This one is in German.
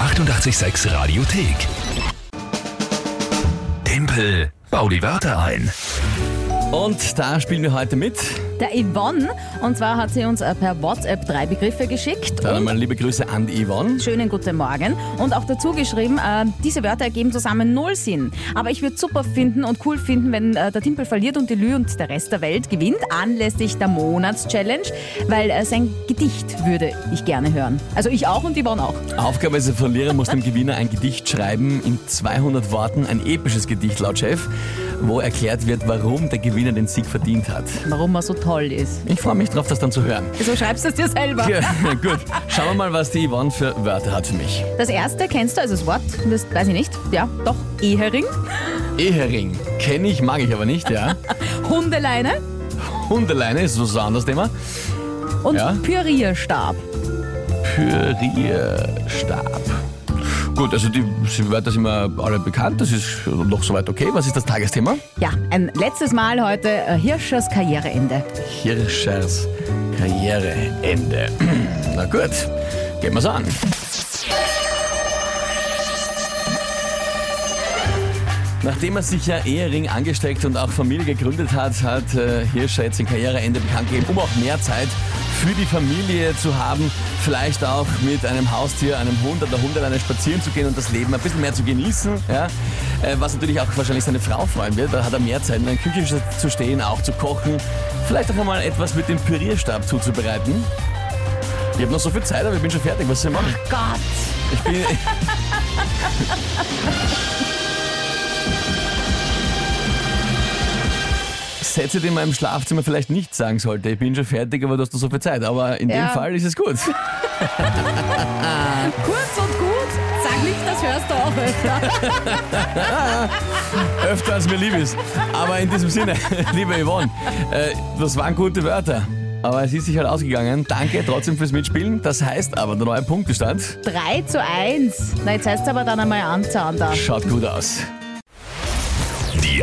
886 Radiothek. Tempel, bau die Wörter ein. Und da spielen wir heute mit. Der Yvonne. Und zwar hat sie uns äh, per WhatsApp drei Begriffe geschickt. Dann und einmal liebe Grüße an die Yvonne. Schönen guten Morgen. Und auch dazu geschrieben, äh, diese Wörter ergeben zusammen null Sinn. Aber ich würde super finden und cool finden, wenn äh, der Timpel verliert und die Lü und der Rest der Welt gewinnt, anlässlich der Monatschallenge, weil äh, sein Gedicht würde ich gerne hören. Also ich auch und Yvonne auch. Aufgabe ist, der Verlierer muss dem Gewinner ein Gedicht schreiben, in 200 Worten, ein episches Gedicht laut Chef, wo erklärt wird, warum der Gewinner den Sieg verdient hat. Warum er so toll ist. Ich freue mich drauf, das dann zu hören. So schreibst du es dir selber. Ja, gut, schauen wir mal, was die Yvonne für Wörter hat für mich. Das erste kennst du, also das Wort, das weiß ich nicht. Ja, doch, Ehering, Ehering, kenne ich, mag ich aber nicht, ja. Hundeleine Hundeleine ist so ein anderes Thema. und Ja. Pürierstab. Pürierstab. Gut, also die Wörter sind mir alle bekannt, das ist noch soweit okay. Was ist das Tagesthema? Ja, ein letztes Mal heute äh, Hirschers Karriereende. Hirschers Karriereende. Na gut, gehen wir's an. Nachdem er sich ja Ehering angesteckt und auch Familie gegründet hat, hat äh, Hirscher jetzt sein Karriereende bekannt gegeben, um auch mehr Zeit für die Familie zu haben, vielleicht auch mit einem Haustier, einem Hund oder Hundeleine spazieren zu gehen und das Leben ein bisschen mehr zu genießen, ja? äh, was natürlich auch wahrscheinlich seine Frau freuen wird, da hat er mehr Zeit in der Küche zu stehen, auch zu kochen, vielleicht auch mal etwas mit dem Pürierstab zuzubereiten. Ich habe noch so viel Zeit, aber ich bin schon fertig, was soll ich machen? Gott! Ich bin. Sätze, die man im Schlafzimmer vielleicht nicht sagen sollte. Ich bin schon fertig, aber du hast noch so viel Zeit. Aber in Ja. dem Fall ist es gut. Kurz und gut, sag nicht, das hörst du auch öfter. Öfter als mir lieb ist. Aber in diesem Sinne, liebe Yvonne, äh, das waren gute Wörter. Aber es ist sich halt ausgegangen. Danke trotzdem fürs Mitspielen. Das heißt aber, der neue Punktestand 3 zu 1. Na, jetzt heißt es aber dann einmal anzahlen da. schaut gut aus. Die